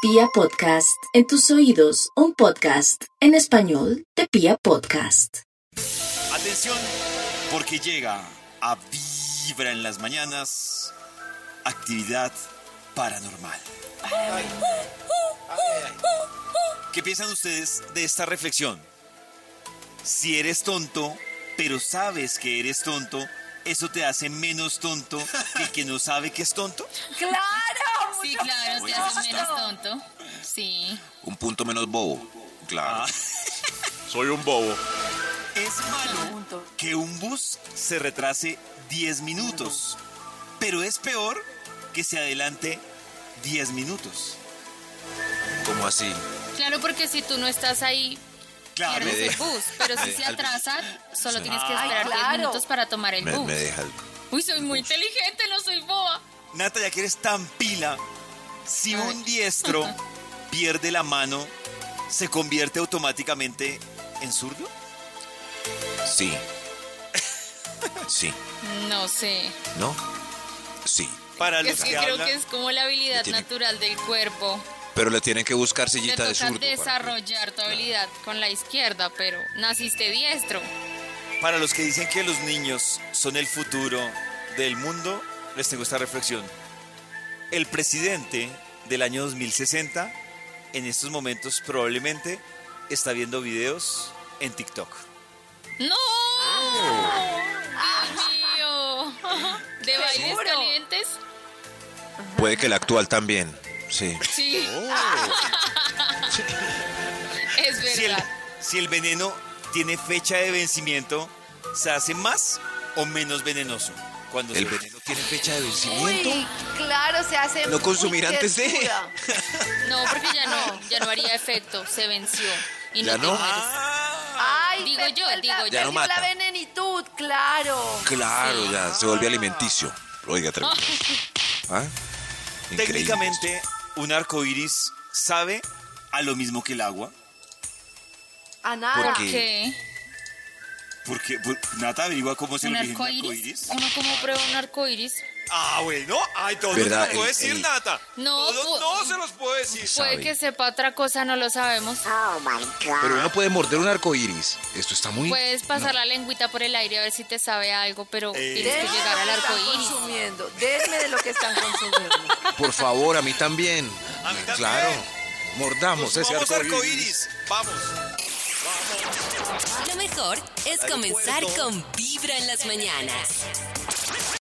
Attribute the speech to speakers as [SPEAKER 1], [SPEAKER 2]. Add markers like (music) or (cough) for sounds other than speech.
[SPEAKER 1] Pia Podcast, en tus oídos, un podcast en español de Pia Podcast.
[SPEAKER 2] Atención, porque llega a Vibra en las mañanas actividad paranormal. ¿Qué piensan ustedes de esta reflexión? Si eres tonto, pero sabes que eres tonto, ¿eso te hace menos tonto que el que no sabe que es tonto?
[SPEAKER 3] ¡Claro!
[SPEAKER 4] Sí,
[SPEAKER 3] mucho
[SPEAKER 4] claro, te
[SPEAKER 2] Oye,
[SPEAKER 4] haces
[SPEAKER 3] eso
[SPEAKER 4] menos
[SPEAKER 3] está-
[SPEAKER 4] tonto. Sí.
[SPEAKER 5] Un punto menos bobo. Claro.
[SPEAKER 2] Ah,
[SPEAKER 5] Soy un bobo.
[SPEAKER 2] es malo
[SPEAKER 3] punto.
[SPEAKER 2] que un bus se retrase 10 minutos, pero es peor que se adelante 10 minutos.
[SPEAKER 5] ¿Cómo así?
[SPEAKER 4] Claro, porque si tú no estás ahí,
[SPEAKER 2] Claro,
[SPEAKER 5] Me
[SPEAKER 4] pierdes el
[SPEAKER 5] deja.
[SPEAKER 4] bus. Pero si
[SPEAKER 5] Me
[SPEAKER 4] se
[SPEAKER 5] deja el bus.
[SPEAKER 4] atrasa, solo
[SPEAKER 5] Sí.
[SPEAKER 4] tienes que
[SPEAKER 3] Ay,
[SPEAKER 4] esperar 10
[SPEAKER 3] claro.
[SPEAKER 4] minutos para tomar el
[SPEAKER 5] Me,
[SPEAKER 4] bus.
[SPEAKER 5] me deja el...
[SPEAKER 4] Uy, soy muy inteligente, no soy boba.
[SPEAKER 2] Nata, ya que eres tan pila, si un
[SPEAKER 4] (laughs)
[SPEAKER 2] diestro pierde la mano, ¿se convierte automáticamente en zurdo?
[SPEAKER 5] Sí. Sí.
[SPEAKER 4] No sé.
[SPEAKER 5] ¿No? Sí.
[SPEAKER 2] Para los
[SPEAKER 4] Es
[SPEAKER 2] que,
[SPEAKER 4] que creo
[SPEAKER 2] hablan,
[SPEAKER 4] que es como la habilidad
[SPEAKER 5] tiene-
[SPEAKER 4] natural del cuerpo.
[SPEAKER 5] Pero le tienen que buscar
[SPEAKER 4] Te
[SPEAKER 5] sillita de
[SPEAKER 4] toca
[SPEAKER 5] zurdo. para que-
[SPEAKER 4] desarrollar tu habilidad con la izquierda, pero naciste diestro.
[SPEAKER 2] para los que dicen que los niños son el futuro del mundo, les tengo esta reflexión. El presidente del año 2060, en estos momentos probablemente está viendo videos en TikTok.
[SPEAKER 4] ¡No!
[SPEAKER 5] Oh.
[SPEAKER 4] ¡Dios mío! ¿De bailes
[SPEAKER 3] ¿Seguro?
[SPEAKER 4] calientes?
[SPEAKER 5] Puede que el actual también. Sí.
[SPEAKER 4] Sí. (laughs) es verdad.
[SPEAKER 2] Si el, si el veneno tiene fecha de vencimiento, ¿se hace más o menos venenoso? Cuando
[SPEAKER 5] El
[SPEAKER 2] se
[SPEAKER 5] veneno tiene fecha de vencimiento.
[SPEAKER 3] Uy, claro, se hace.
[SPEAKER 5] No consumir
[SPEAKER 3] muy
[SPEAKER 5] antes de-
[SPEAKER 3] ternura.
[SPEAKER 4] No, porque ya no, ya no haría efecto, se venció. Y no
[SPEAKER 5] ¿Ya
[SPEAKER 4] te
[SPEAKER 5] no?
[SPEAKER 4] mueres.
[SPEAKER 3] Ay,
[SPEAKER 4] Digo yo,
[SPEAKER 3] perdió
[SPEAKER 4] digo
[SPEAKER 3] la-
[SPEAKER 4] yo.
[SPEAKER 5] Ya no
[SPEAKER 3] perdió la
[SPEAKER 5] mata.
[SPEAKER 3] venenitud, claro.
[SPEAKER 5] Claro, ya. Se vuelve alimenticio. Oiga,
[SPEAKER 4] (laughs)
[SPEAKER 5] tremendo. ¿Ah? Increíble.
[SPEAKER 2] Técnicamente, un arco iris sabe a lo mismo que el agua.
[SPEAKER 3] A nada.
[SPEAKER 5] Porque-
[SPEAKER 4] ¿Qué?
[SPEAKER 2] Porque por- Nata averigua cómo se
[SPEAKER 4] ¿Un
[SPEAKER 2] le origen
[SPEAKER 4] arco
[SPEAKER 2] del arco
[SPEAKER 4] iris?
[SPEAKER 2] iris.
[SPEAKER 4] ¿Uno cómo prueba un arco iris?
[SPEAKER 2] Ah, bueno. Ay, todo te
[SPEAKER 5] ¿Verdad?
[SPEAKER 2] lo puedo
[SPEAKER 5] El-
[SPEAKER 2] decir,
[SPEAKER 5] el-
[SPEAKER 2] Nata.
[SPEAKER 4] No, pues,
[SPEAKER 2] Todo-
[SPEAKER 4] pu-
[SPEAKER 2] no se los puedo decir.
[SPEAKER 4] Puede
[SPEAKER 5] Sabe.
[SPEAKER 4] que sepa otra cosa, no lo sabemos.
[SPEAKER 5] Pero uno puede morder un arco iris. Esto está muy.
[SPEAKER 4] Puedes pasar la lengüita por el aire a ver si te sabe algo, pero tienes
[SPEAKER 3] Denme
[SPEAKER 4] que llegar al
[SPEAKER 3] de lo que
[SPEAKER 4] arco
[SPEAKER 3] están
[SPEAKER 4] iris.
[SPEAKER 3] consumiendo. Denme de lo que están consumiendo.
[SPEAKER 5] Por favor, (laughs) a mí también.
[SPEAKER 2] A mí también.
[SPEAKER 5] Claro. Mordamos ese
[SPEAKER 2] Vamos
[SPEAKER 5] arco
[SPEAKER 2] arco
[SPEAKER 5] iris.
[SPEAKER 2] iris. Vamos.
[SPEAKER 6] Lo mejor es comenzar con Vibra en las mañanas.